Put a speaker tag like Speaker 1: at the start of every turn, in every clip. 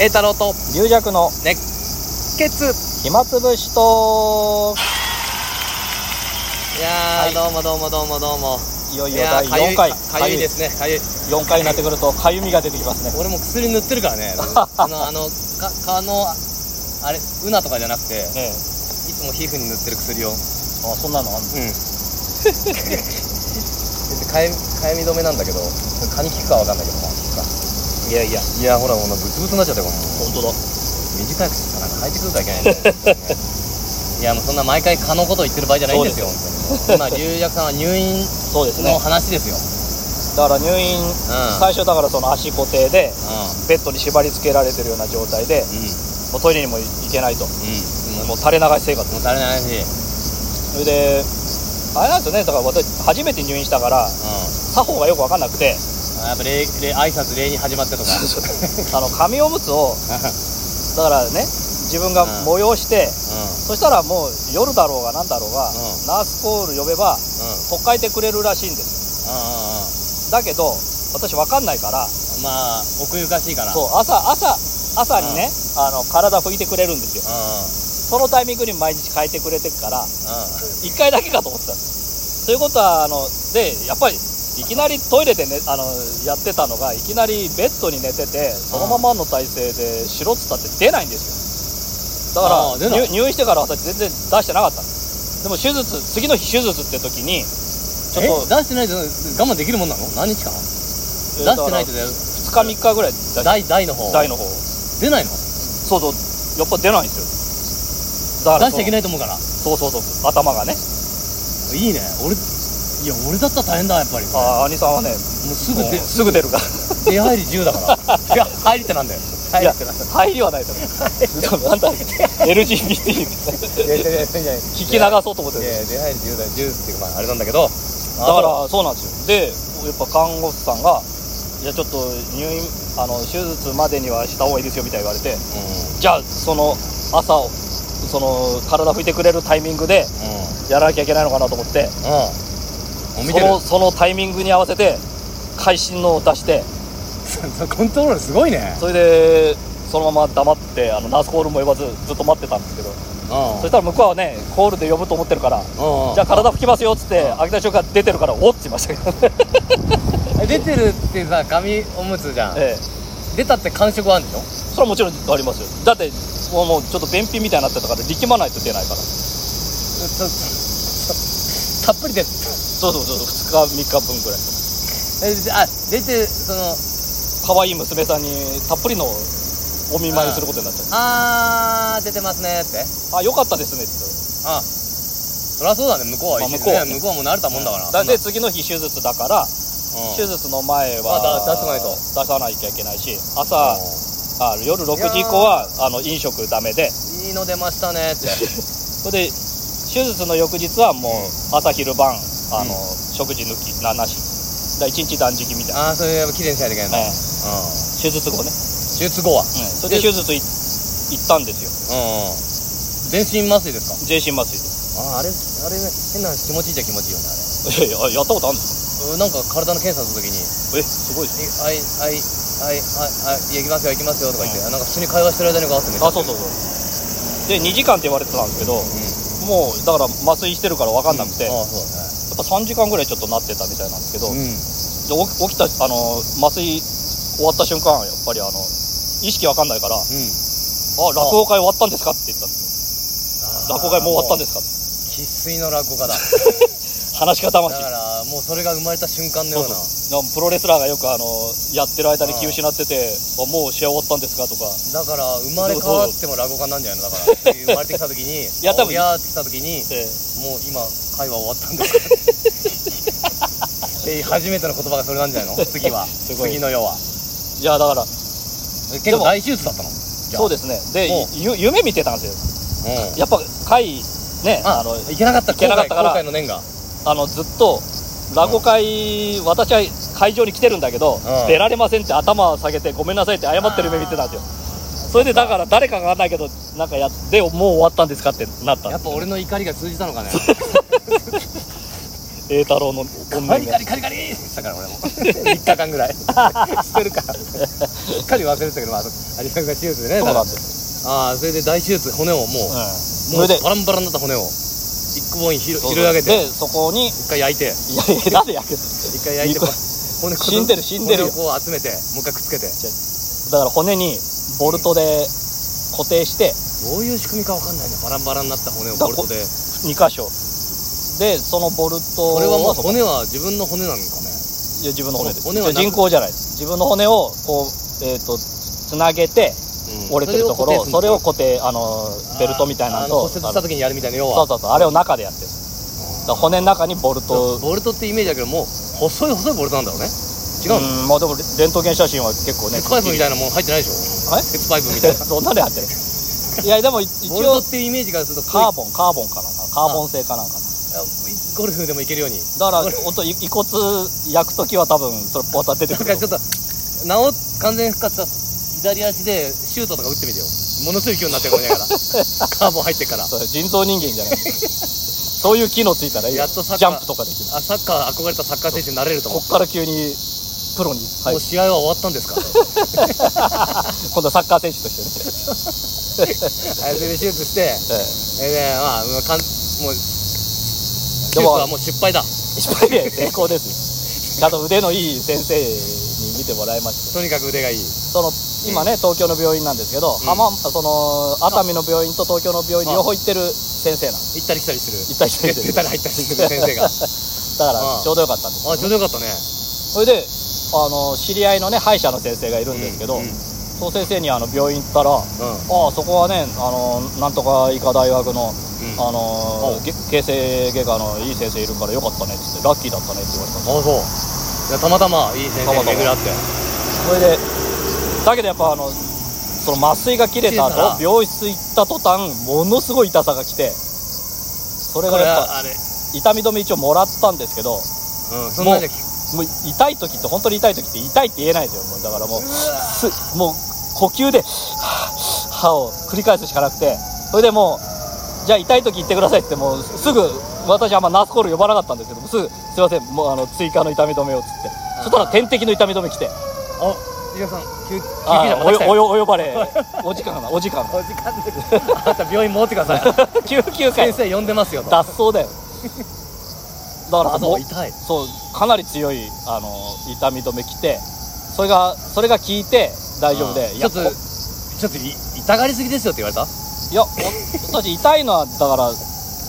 Speaker 1: 栄太郎と
Speaker 2: 龍弱の
Speaker 1: 熱血
Speaker 2: 暇つぶしと
Speaker 1: いやー、
Speaker 2: はい
Speaker 1: どうもどうもどうもどうも
Speaker 2: いよい
Speaker 1: い
Speaker 2: よ
Speaker 1: や
Speaker 2: 第
Speaker 1: ーかゆ
Speaker 2: 4
Speaker 1: い
Speaker 2: 回
Speaker 1: かかゆいですねかゆい
Speaker 2: 4回になってくるとかゆみが出てきますね
Speaker 1: 俺も薬塗ってる からねあのあのか蚊のああれウナとかじゃなくて
Speaker 2: ええ
Speaker 1: いつも皮膚に塗ってる薬をうん
Speaker 2: あそんなのあんの
Speaker 1: 別にかゆかゆみ止めなんだけど蚊に効くかわかんないけどない
Speaker 2: やいや
Speaker 1: いやほらほらブツブツになっちゃったよもう
Speaker 2: 本当だ
Speaker 1: 短い口さなんか入ってくるからいけないんだよ いやもうそんな毎回蚊のこと言ってる場合じゃないんですよ本当に今龍薬さんは入院
Speaker 2: そうです
Speaker 1: の
Speaker 2: ね
Speaker 1: 話ですよ、
Speaker 2: だから入院、
Speaker 1: ん
Speaker 2: 最初だからその足固定で
Speaker 1: う
Speaker 2: ベッドに縛り付けられてるような状態で
Speaker 1: んうん
Speaker 2: もうトイレにも行けないと
Speaker 1: うん
Speaker 2: も
Speaker 1: も
Speaker 2: う垂れ流し生活
Speaker 1: うもう垂れないし、
Speaker 2: それであれなんですよねだから私初めて入院したから
Speaker 1: う
Speaker 2: 作法がよく分かんな くて
Speaker 1: ん、やっぱ礼礼挨拶礼に始まってとか
Speaker 2: そうあの紙おむつをだからね自分が
Speaker 1: うん
Speaker 2: 催して、
Speaker 1: う
Speaker 2: そしたらもう夜だろうが何だろうが、
Speaker 1: うん
Speaker 2: ナースコール呼べば
Speaker 1: んうんうんうん
Speaker 2: 取っ替えてくれるらしいんです
Speaker 1: うん
Speaker 2: よだけど私分かんないから
Speaker 1: まあ奥ゆかしいから
Speaker 2: そう朝朝朝にね、あの体拭いてくれるんですよ
Speaker 1: うんうん
Speaker 2: そのタイミングに毎日変えてくれてるから
Speaker 1: う
Speaker 2: 1回だけかと思ってたんですということはあのでやっぱりいきなりトイレで、ね、あのやってたのがいきなりベッドに寝ててそのままの体勢でしろっつったって出ないんですよだ
Speaker 1: あー出
Speaker 2: から
Speaker 1: ない
Speaker 2: 入入院してから私全然出してなかったんですでも手術次の日手術って時にち
Speaker 1: ん
Speaker 2: ょっ
Speaker 1: え
Speaker 2: と
Speaker 1: 出してないで我慢できるもんなの何日間出してないってだよ
Speaker 2: 2日3日ぐらい出して
Speaker 1: 大大の方
Speaker 2: 台の方
Speaker 1: 出ないの
Speaker 2: そうそうやっぱ出ないんですよだ
Speaker 1: 出しちゃいけないいと思うから
Speaker 2: そうそうそう頭がね
Speaker 1: いいね俺いや俺だったら大変だやっぱり
Speaker 2: ああ兄さんはね
Speaker 1: もうすぐ
Speaker 2: もう
Speaker 1: 出
Speaker 2: すぐ出るか
Speaker 1: 出入り自由だからいや入りってなんだよ
Speaker 2: ら
Speaker 1: 入りってなんだよ
Speaker 2: 入りはないと思う そうなんだっけ LGBT
Speaker 1: いやいやいやいや
Speaker 2: 聞き流そうと思って
Speaker 1: い
Speaker 2: る
Speaker 1: やいや出入り自由だよ自由っていうかまああれなんだけど
Speaker 2: だからそうなんですよでやっぱ看護師さんが「いやちょっと入院あの手術までにはした方がいいですよ」みたいに言われて
Speaker 1: うん
Speaker 2: じゃあその朝をその体拭いてくれるタイミングで
Speaker 1: うん
Speaker 2: やらなきゃいけないのかなと思って
Speaker 1: うんもう見
Speaker 2: そ
Speaker 1: てる
Speaker 2: のそのタイミングに合わせて会心のを出して
Speaker 1: コントロールすごいね
Speaker 2: それでそのまま黙ってあのナースコールも呼ばずずっと待ってたんですけど
Speaker 1: うん
Speaker 2: そしたら向こうはねコールで呼ぶと思ってるから
Speaker 1: うんうん
Speaker 2: じゃあ体拭きますよっつって開けた瞬間出てるからおっって言いましたけど ね、
Speaker 1: え出てるってさ紙おむつじゃん
Speaker 2: ええ
Speaker 1: 出たって感触はあるんでしょ
Speaker 2: それはもちろんありますよだってもうもうちょっと便秘みたいになってたから力まないと出ないからそ
Speaker 1: ちょちょたっぷり出る
Speaker 2: うそうそうそう2日3日分ぐらい
Speaker 1: えじゃあ出てその
Speaker 2: 可愛い娘さんにたっぷりのお見舞いすることになっちゃう
Speaker 1: あー出てますねって
Speaker 2: あよかったですねって言
Speaker 1: あそりゃそうだね向こうは一緒に
Speaker 2: まあ向こう
Speaker 1: ね向こうはもう
Speaker 2: は
Speaker 1: 慣れたもんだから
Speaker 2: っただで次の日手術だか
Speaker 1: う
Speaker 2: ら
Speaker 1: ん
Speaker 2: 手術の前
Speaker 1: まあ
Speaker 2: は
Speaker 1: だ出さないと
Speaker 2: 出さないといけないし朝あ夜6時以降はあの飲食ダメで
Speaker 1: うんいいの出ましたね って
Speaker 2: それで手術の翌日はもう朝昼晩あの、
Speaker 1: う
Speaker 2: 食事抜き7しだ1日断食みたい
Speaker 1: あ
Speaker 2: な、
Speaker 1: あそれやっぱ綺麗にしないといけないんだ
Speaker 2: ええ
Speaker 1: うん
Speaker 2: 手術後ね、
Speaker 1: 手術後は
Speaker 2: それで手術い行ったんですよ
Speaker 1: うん全身麻酔ですか
Speaker 2: 全身麻酔で
Speaker 1: ああれあれね変な話気持ちいいじゃ気持ちいいよねあれ
Speaker 2: いやいや、やったことあるんです
Speaker 1: うんなんか体の検査するときに「
Speaker 2: かえ、すごいですね。
Speaker 1: いあいあいあいあいあいいや行きますよ行きますよ」とか言って、
Speaker 2: うん
Speaker 1: なんか普通に会話してる間にガーッてめっちゃ
Speaker 2: あ、そうそうそう。で、2時間って言われてたんですけど、
Speaker 1: う
Speaker 2: もう、だから麻酔してるから分かんなくて、
Speaker 1: ん
Speaker 2: やっ
Speaker 1: ああそうだね
Speaker 2: ぱ3時間ぐらいちょっとなってたみたいなんですけど、
Speaker 1: う
Speaker 2: で
Speaker 1: ん
Speaker 2: 起き起きた、あの、麻酔終わった瞬間、やっぱりあの、意識分かんないから、あ、
Speaker 1: うん
Speaker 2: 落語会終わったんですかって言ったんですよ。落語会もう終わったんですすかって
Speaker 1: 生粋の落語 家だ
Speaker 2: 話し方
Speaker 1: だ
Speaker 2: 魂。
Speaker 1: からもうそれが生まれた瞬間の
Speaker 2: そ
Speaker 1: よ
Speaker 2: う
Speaker 1: うな
Speaker 2: そうでもプロレスラーがよくあのやってる間に気失っててあもう試合終わったんですかとか
Speaker 1: だから生まれ変わっても落語家なんじゃないのだから生まれてきた時に「
Speaker 2: いや多分
Speaker 1: おぎゃーってきた時に
Speaker 2: え
Speaker 1: もう今会話終わったんですか で初めての言葉がそれなんじゃ ないの次は
Speaker 2: すごい
Speaker 1: 次の世は
Speaker 2: えいやだから
Speaker 1: 結構大手術だったのじゃあ
Speaker 2: そうですねで
Speaker 1: もう
Speaker 2: ゆ夢見てたんですよ
Speaker 1: うん
Speaker 2: やっぱ会ねあ
Speaker 1: あ
Speaker 2: の
Speaker 1: いけなかった
Speaker 2: いけなかったから
Speaker 1: 後悔後悔の念が
Speaker 2: あのずっと落語会、私は会場に来てるんだけど、
Speaker 1: うん
Speaker 2: 出られませんって頭を下げてごめんなさいって謝ってる夢見てたんですよそれでだから誰かがないけどなんかやってもう終わったんですかってなったん
Speaker 1: や
Speaker 2: で
Speaker 1: っぱ俺の怒りが通じたのかね
Speaker 2: 栄太郎の本
Speaker 1: カ
Speaker 2: 面
Speaker 1: リ
Speaker 2: が
Speaker 1: カリカリカリってしたから俺も 3日間ぐらい してるからすっかり忘れてたけどまああ有田君が手術でね
Speaker 2: そうなん
Speaker 1: だか
Speaker 2: です
Speaker 1: らああそれで大手術骨をもう、
Speaker 2: よ、うん、そ
Speaker 1: も
Speaker 2: れ
Speaker 1: う
Speaker 2: で
Speaker 1: バランバランになった骨をビッグボーイン拾
Speaker 2: そうそう
Speaker 1: 拾い上げて
Speaker 2: でそこにい
Speaker 1: 一回焼いて
Speaker 2: やいやなんで焼けた
Speaker 1: 一回焼いて
Speaker 2: 肉
Speaker 1: こう骨
Speaker 2: 死んでる死んでるよ
Speaker 1: 骨をこう集めてもう一回くっつけて
Speaker 2: だから骨にボルトで固定して
Speaker 1: どういう仕組みかわかんないねバランバランになった骨をボルトで
Speaker 2: 2箇所でそのボルトを
Speaker 1: これはもう骨は自分の骨なのかね
Speaker 2: いや自分の骨です
Speaker 1: 骨はなく
Speaker 2: 人工じゃないです自分の骨をこうえっ、とつなげて折れてるところそれを
Speaker 1: こ
Speaker 2: 固定あのベルトみたいなのと
Speaker 1: 骨折した
Speaker 2: あの
Speaker 1: 時にやるみたいな要
Speaker 2: そう
Speaker 1: は
Speaker 2: そうそうあれを中でやってるんですだから骨の中にボルト
Speaker 1: ボルトってイメージだけどもう細い細いボルトなんだろうね違うの
Speaker 2: うんまあでもレントゲン写真は結構ね
Speaker 1: 鉄パイプみたい
Speaker 2: な
Speaker 1: なもん入ってないでしょ
Speaker 2: え
Speaker 1: 鉄パイプみたいな
Speaker 2: そんなのやってるいやでもい 一
Speaker 1: ボルト
Speaker 2: 応
Speaker 1: っていうイメージからすると
Speaker 2: カー
Speaker 1: こ
Speaker 2: ボンカーボンかなんかカーボン製かなんか
Speaker 1: うゴルフでもいけるように
Speaker 2: だか
Speaker 1: こ
Speaker 2: ら
Speaker 1: れ
Speaker 2: 本当遺骨焼く時は多分それポタ出て
Speaker 1: な
Speaker 2: く
Speaker 1: ん
Speaker 2: る
Speaker 1: かちょっと治完全復活さ左足でシュートとか打ってみてよものすごい勢いになって るこれからカーボン入ってっから
Speaker 2: それ人造人間じゃないそういう機能ついたらいいよ
Speaker 1: やっとサッカー
Speaker 2: ジャンプとかできる
Speaker 1: あサッカー憧れたサッカー選手になれると思
Speaker 2: こ
Speaker 1: う
Speaker 2: っから急にプロに、は
Speaker 1: も
Speaker 2: い、
Speaker 1: う試合は終わったんですか
Speaker 2: 今度はサッカー選手としてね、
Speaker 1: あれで手術して
Speaker 2: え
Speaker 1: えーねまあもうかんもう手術
Speaker 2: でも
Speaker 1: はもう失敗だ
Speaker 2: え失敗で成功ですよちゃんと腕のいい先生に見てもらいまして
Speaker 1: とにかく腕がいい
Speaker 2: その今ね東京の病院なんですけど、浜その熱海の病院と東京の病院両方行ってる先生なんです
Speaker 1: 行ったり来たりする
Speaker 2: 行ったり来たりして
Speaker 1: 出た
Speaker 2: る
Speaker 1: り入ったりする先生 があ
Speaker 2: だか
Speaker 1: あ
Speaker 2: ら
Speaker 1: あ
Speaker 2: ちょうどよかったんですよ
Speaker 1: ちょうどよかったね
Speaker 2: それであの知り合いのね歯医者の先生がいるんですけど、
Speaker 1: うんうん
Speaker 2: その先生にあの病院行ったら「
Speaker 1: うん
Speaker 2: ああそこはねあのなんとか医科大学の
Speaker 1: うん
Speaker 2: あの
Speaker 1: お
Speaker 2: ー、げ形成外科のいい先生いるからよかったねっつってラッキーだったねって言われたんで
Speaker 1: あそういやたまたまいい先生に巡り合って
Speaker 2: すそれでだけどやっぱあのその麻酔が切れた
Speaker 1: 切れたら
Speaker 2: 後病室行った途端ものすごい痛さが来てそれ
Speaker 1: こ
Speaker 2: が
Speaker 1: れ
Speaker 2: やっ
Speaker 1: はあれ
Speaker 2: ぱ痛み止め一応もらったんですけど
Speaker 1: うんそんなんじゃ効く
Speaker 2: もう痛い時って本当に痛い時って痛いって言えないんですよもうだからもう
Speaker 1: うわ
Speaker 2: すもう呼吸ではぁ歯を繰り返すしかなくてそれでもうじゃあ痛い時言ってくださいってもうすぐ私あんまナースコール呼ばなかったんですけどすぐすいませんもうあの追加の痛み止めをっつってそしたら点滴の痛み止め来て
Speaker 1: あ伊賀さん救救急
Speaker 2: あ
Speaker 1: 車
Speaker 2: ー
Speaker 1: また
Speaker 2: お
Speaker 1: 来
Speaker 2: よ
Speaker 1: たよ
Speaker 2: およお呼ばれ お時間がお時間が
Speaker 1: お時間ですあなた病院戻ってくだ さい
Speaker 2: 救 急か
Speaker 1: 先
Speaker 2: よ
Speaker 1: 生呼んでますよと
Speaker 2: 脱走だよだから
Speaker 1: あ
Speaker 2: も
Speaker 1: そうう痛い
Speaker 2: そうかなり強いあの痛み止め来てそれがそれが効いて大丈夫で
Speaker 1: うん
Speaker 2: い
Speaker 1: ちょ
Speaker 2: や
Speaker 1: っとちょっとい痛がりすぎですよって言われた
Speaker 2: いや、お私痛いのは、だから、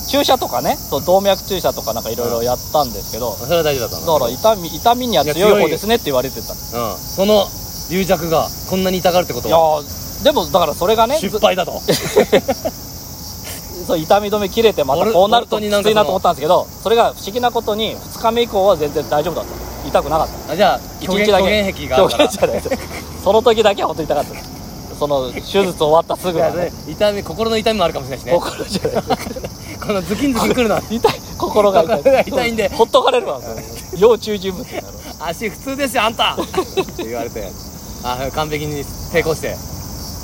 Speaker 2: 注射とかね、そう動脈注射とかなんかいろいろやったんですけど、
Speaker 1: それは大丈夫だった
Speaker 2: だから痛み、痛みには強い方ですねって言われてた。い
Speaker 1: のうんその癒弱がこんなに痛がるってこと
Speaker 2: や
Speaker 1: は
Speaker 2: ーでもだからそれがね、ず
Speaker 1: 失敗だと
Speaker 2: そう痛み止め切れてまた
Speaker 1: 俺
Speaker 2: こうなると
Speaker 1: 本当
Speaker 2: き
Speaker 1: になん
Speaker 2: つ
Speaker 1: か
Speaker 2: いなと思ったんですけど、それが不思議なことに2日目以降は全然大丈夫だった。痛くなかった。
Speaker 1: あじゃあ
Speaker 2: 一
Speaker 1: 虚言
Speaker 2: 日だけ
Speaker 1: 虚言癖があるから
Speaker 2: 表現じ ゃないですその時だけは本当に痛かったです。その手術終わったすぐ
Speaker 1: いや
Speaker 2: の
Speaker 1: それ
Speaker 2: ね、
Speaker 1: 痛み心の痛みもあるかもしれないしね
Speaker 2: 心じゃないです
Speaker 1: このズキンズキンくる のは
Speaker 2: 痛い、心が痛い。
Speaker 1: 心が痛いんで
Speaker 2: ほっとかれるわ、それ要注意人物になる。
Speaker 1: 足普通ですよあんたって言われてあ完璧に成功して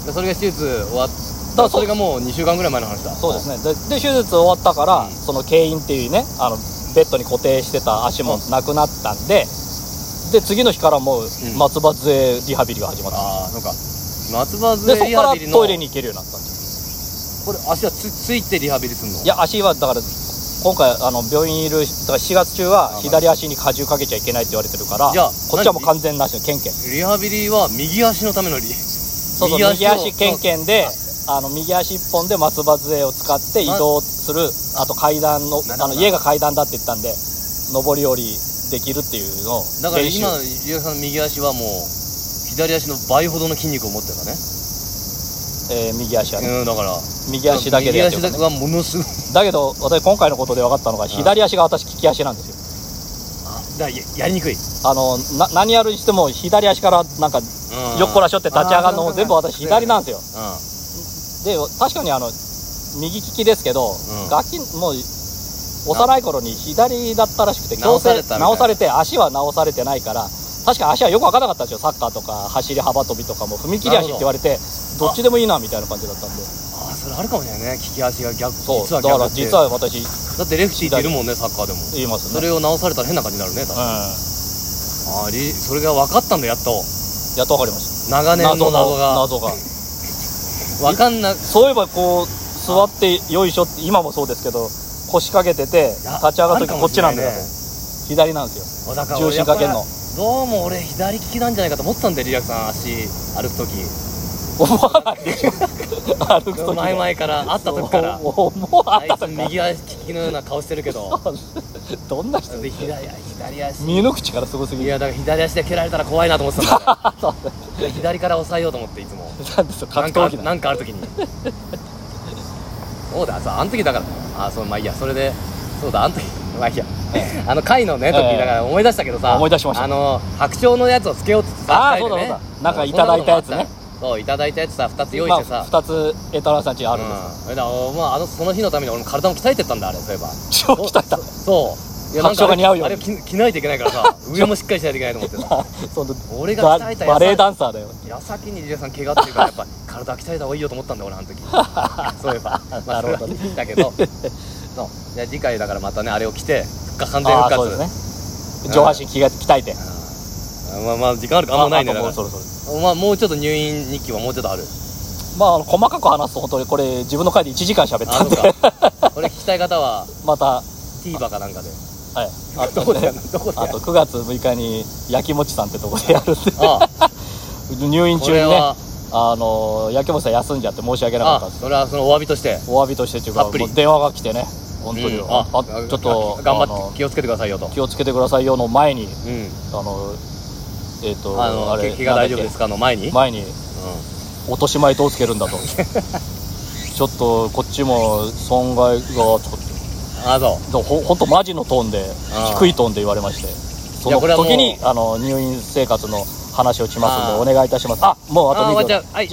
Speaker 1: でそれが手術終わっ
Speaker 2: だ
Speaker 1: た
Speaker 2: そ
Speaker 1: それがもう2週間ぐらい前の話だ
Speaker 2: そうですねでで手術終わったから、
Speaker 1: うん
Speaker 2: そのcane っていうねあのベッドに固定してた足もなくなったんで、で次の日からもう松葉杖リハビリが始まった、
Speaker 1: ああそうか松葉
Speaker 2: で
Speaker 1: 杖
Speaker 2: そ
Speaker 1: リ
Speaker 2: こ
Speaker 1: ハ
Speaker 2: か
Speaker 1: ビリ
Speaker 2: ら
Speaker 1: の
Speaker 2: トイレに行けるようになったんです
Speaker 1: これ足はつついてリハビリするの
Speaker 2: いや足はだから今回あの病院いるだから4月中は左足に荷重かけちゃいけないって言われてるから
Speaker 1: じゃあ
Speaker 2: こっちはもう完全なしのケンケン
Speaker 1: リハビリは右足のためのリ
Speaker 2: そうそう
Speaker 1: 右
Speaker 2: 右
Speaker 1: 足
Speaker 2: 足
Speaker 1: を
Speaker 2: ケンケンであの右足一本で松葉杖を使って移動するあと階段の
Speaker 1: なる
Speaker 2: あ
Speaker 1: ほ
Speaker 2: の
Speaker 1: ど
Speaker 2: 家が階段だって言ったんで上り下りできるっていうのを
Speaker 1: だから
Speaker 2: 練習
Speaker 1: 今リハさんの右足はもう左足の倍ほどの筋肉を持ってるからね
Speaker 2: えー右足はね
Speaker 1: うんだから
Speaker 2: 右足だけで
Speaker 1: 右
Speaker 2: やって
Speaker 1: 足
Speaker 2: るか
Speaker 1: だ
Speaker 2: ら
Speaker 1: け
Speaker 2: ね
Speaker 1: はものすごい
Speaker 2: だけど私今回のことで分かったのが左足が私利き足なんですよ
Speaker 1: あだからややりにくい
Speaker 2: あのな何やるにしても左足からなんかよっこらしょって立ち上がるのも全部私左なん
Speaker 1: で
Speaker 2: ですよ
Speaker 1: すよ、うん
Speaker 2: で確かにあの右利きですけど、
Speaker 1: ん
Speaker 2: ガキもう幼い頃に左だったらしくて
Speaker 1: 直されたみたい
Speaker 2: 直されて足は直されてないから確かに足はよく分からなかったんですよサッカーとか走り幅跳びとかも踏み切り足って言われてどっちでもいいなみたいな感じだったんで
Speaker 1: ああそれあるかもしれないね利き足が逆
Speaker 2: そう
Speaker 1: 実は
Speaker 2: だか
Speaker 1: 逆
Speaker 2: ら
Speaker 1: って
Speaker 2: 実は私
Speaker 1: だってレフティーっているもんねサッカーでも
Speaker 2: 言いますね
Speaker 1: それを直されたら変な感じになるね
Speaker 2: う
Speaker 1: 確
Speaker 2: ん
Speaker 1: かあーりそれが分かったんだやっと
Speaker 2: やっとわかりました
Speaker 1: 長年の謎が
Speaker 2: 謎が
Speaker 1: 分かんな
Speaker 2: そういえばこう座ってよいしょって今もそうですけど腰掛けてて立ち
Speaker 1: や
Speaker 2: 上
Speaker 1: あ
Speaker 2: がるとき
Speaker 1: るか
Speaker 2: こ
Speaker 1: も
Speaker 2: っ
Speaker 1: し
Speaker 2: ち
Speaker 1: れ
Speaker 2: な
Speaker 1: なんい
Speaker 2: だ
Speaker 1: ね
Speaker 2: よ左なんですよ
Speaker 1: だから
Speaker 2: 重
Speaker 1: 俺
Speaker 2: 心かけんの
Speaker 1: どうも俺左利きなんじゃないかと思ってたんだよリアクさん足歩く時
Speaker 2: 思わないで しょ歩くとき
Speaker 1: 前々から会った時から
Speaker 2: 思わ
Speaker 1: あ
Speaker 2: ないかった
Speaker 1: つ右利きのような顔してるけ ど
Speaker 2: どんな人
Speaker 1: で左左足
Speaker 2: 見抜く力すごすぎ
Speaker 1: い
Speaker 2: る
Speaker 1: やだから左足で蹴られたら怖いなと思ってたんだ
Speaker 2: そう
Speaker 1: 俺左から抑えようと思っていつも
Speaker 2: なんですよ
Speaker 1: な
Speaker 2: 格
Speaker 1: んか
Speaker 2: 闘技な
Speaker 1: なんかある時に そうだそうあの時だからあそうまあいいやそれでそうだあの時 まあいいや
Speaker 2: え
Speaker 1: あの回のね時
Speaker 2: ええ
Speaker 1: だから思い出したけどさ
Speaker 2: 思い出しました
Speaker 1: あの白鳥のやつをつけようってさ
Speaker 2: あ
Speaker 1: 二
Speaker 2: ー
Speaker 1: 人で
Speaker 2: そうだそうだなんかいただいたやつね
Speaker 1: そうそういただいたやつさ2つ用意
Speaker 2: ま
Speaker 1: し
Speaker 2: あ
Speaker 1: てさ、
Speaker 2: 2つエトラさんちあるんで
Speaker 1: うんそれであのまああのその日のために俺も体も鍛えてったんだあれそういえば
Speaker 2: す超鍛えた
Speaker 1: そうい
Speaker 2: 白鳥が似合うよう
Speaker 1: あ
Speaker 2: に
Speaker 1: れ着着ないといけないから さ上もしっかりしないといけないと思ってさ
Speaker 2: その
Speaker 1: 俺が
Speaker 2: バ
Speaker 1: 鍛えた
Speaker 2: バレエ
Speaker 1: や
Speaker 2: ダンサーだよ
Speaker 1: 矢先にリアさん怪我っていうからやっぱ体鍛えた方がいいよと思ったんだ俺あの時 そういえばまあ
Speaker 2: な
Speaker 1: そ
Speaker 2: る
Speaker 1: れ
Speaker 2: ほど
Speaker 1: は聞いたけ どそうじゃあ次回だからまたねあれを着て復活完全
Speaker 2: あ
Speaker 1: 復
Speaker 2: あー
Speaker 1: 活
Speaker 2: そうですね上半身着が鍛えて
Speaker 1: あーまあまあ時間あるかあんまないね
Speaker 2: あ
Speaker 1: だ
Speaker 2: と
Speaker 1: か
Speaker 2: も
Speaker 1: ら
Speaker 2: うそろそろ
Speaker 1: まあもうちょっと入院日記はもうちょっとある
Speaker 2: まああの細かく話すと本当にこれ自分の回で1時間喋っ
Speaker 1: あ
Speaker 2: た
Speaker 1: そ
Speaker 2: ん
Speaker 1: う
Speaker 2: で
Speaker 1: か これ聞きたい方は
Speaker 2: また
Speaker 1: TVer かなんかで
Speaker 2: はいあ
Speaker 1: ど
Speaker 2: と
Speaker 1: こでや
Speaker 2: ね
Speaker 1: るのどこで
Speaker 2: あ
Speaker 1: やる
Speaker 2: と9月6日にやきもちさんってとこでやるんで
Speaker 1: ああ
Speaker 2: 入院
Speaker 1: こ
Speaker 2: 中
Speaker 1: れ
Speaker 2: にね
Speaker 1: は
Speaker 2: あのやきもちさん休んじゃって申し訳なかったん
Speaker 1: あ
Speaker 2: です
Speaker 1: それはそのお詫びとして
Speaker 2: お詫びとしてっていうか
Speaker 1: たっぷり
Speaker 2: もう電話が来てね本当に、
Speaker 1: うん
Speaker 2: あ
Speaker 1: あ
Speaker 2: あちょっと
Speaker 1: 頑
Speaker 2: あ
Speaker 1: 張っ
Speaker 2: の
Speaker 1: て気をつけてくださいよと
Speaker 2: 気をつけてくださいよの前に
Speaker 1: うん
Speaker 2: あのえっ、と
Speaker 1: あのけ怪我大丈夫です
Speaker 2: か
Speaker 1: かの前に
Speaker 2: 前に
Speaker 1: うん
Speaker 2: 落とし前どうつけるん だとちょっとこっちも損害がちょっと
Speaker 1: あそう
Speaker 2: でもほほんとマジのトーンで
Speaker 1: あー
Speaker 2: 低いトーンで言われましてそ
Speaker 1: い
Speaker 2: の
Speaker 1: やこれはもう
Speaker 2: 時にあの入院生活の話をしますんで
Speaker 1: あー
Speaker 2: お願いいたしますあもうあと
Speaker 1: あ終
Speaker 2: 2秒
Speaker 1: わっち
Speaker 2: で
Speaker 1: ゃうはい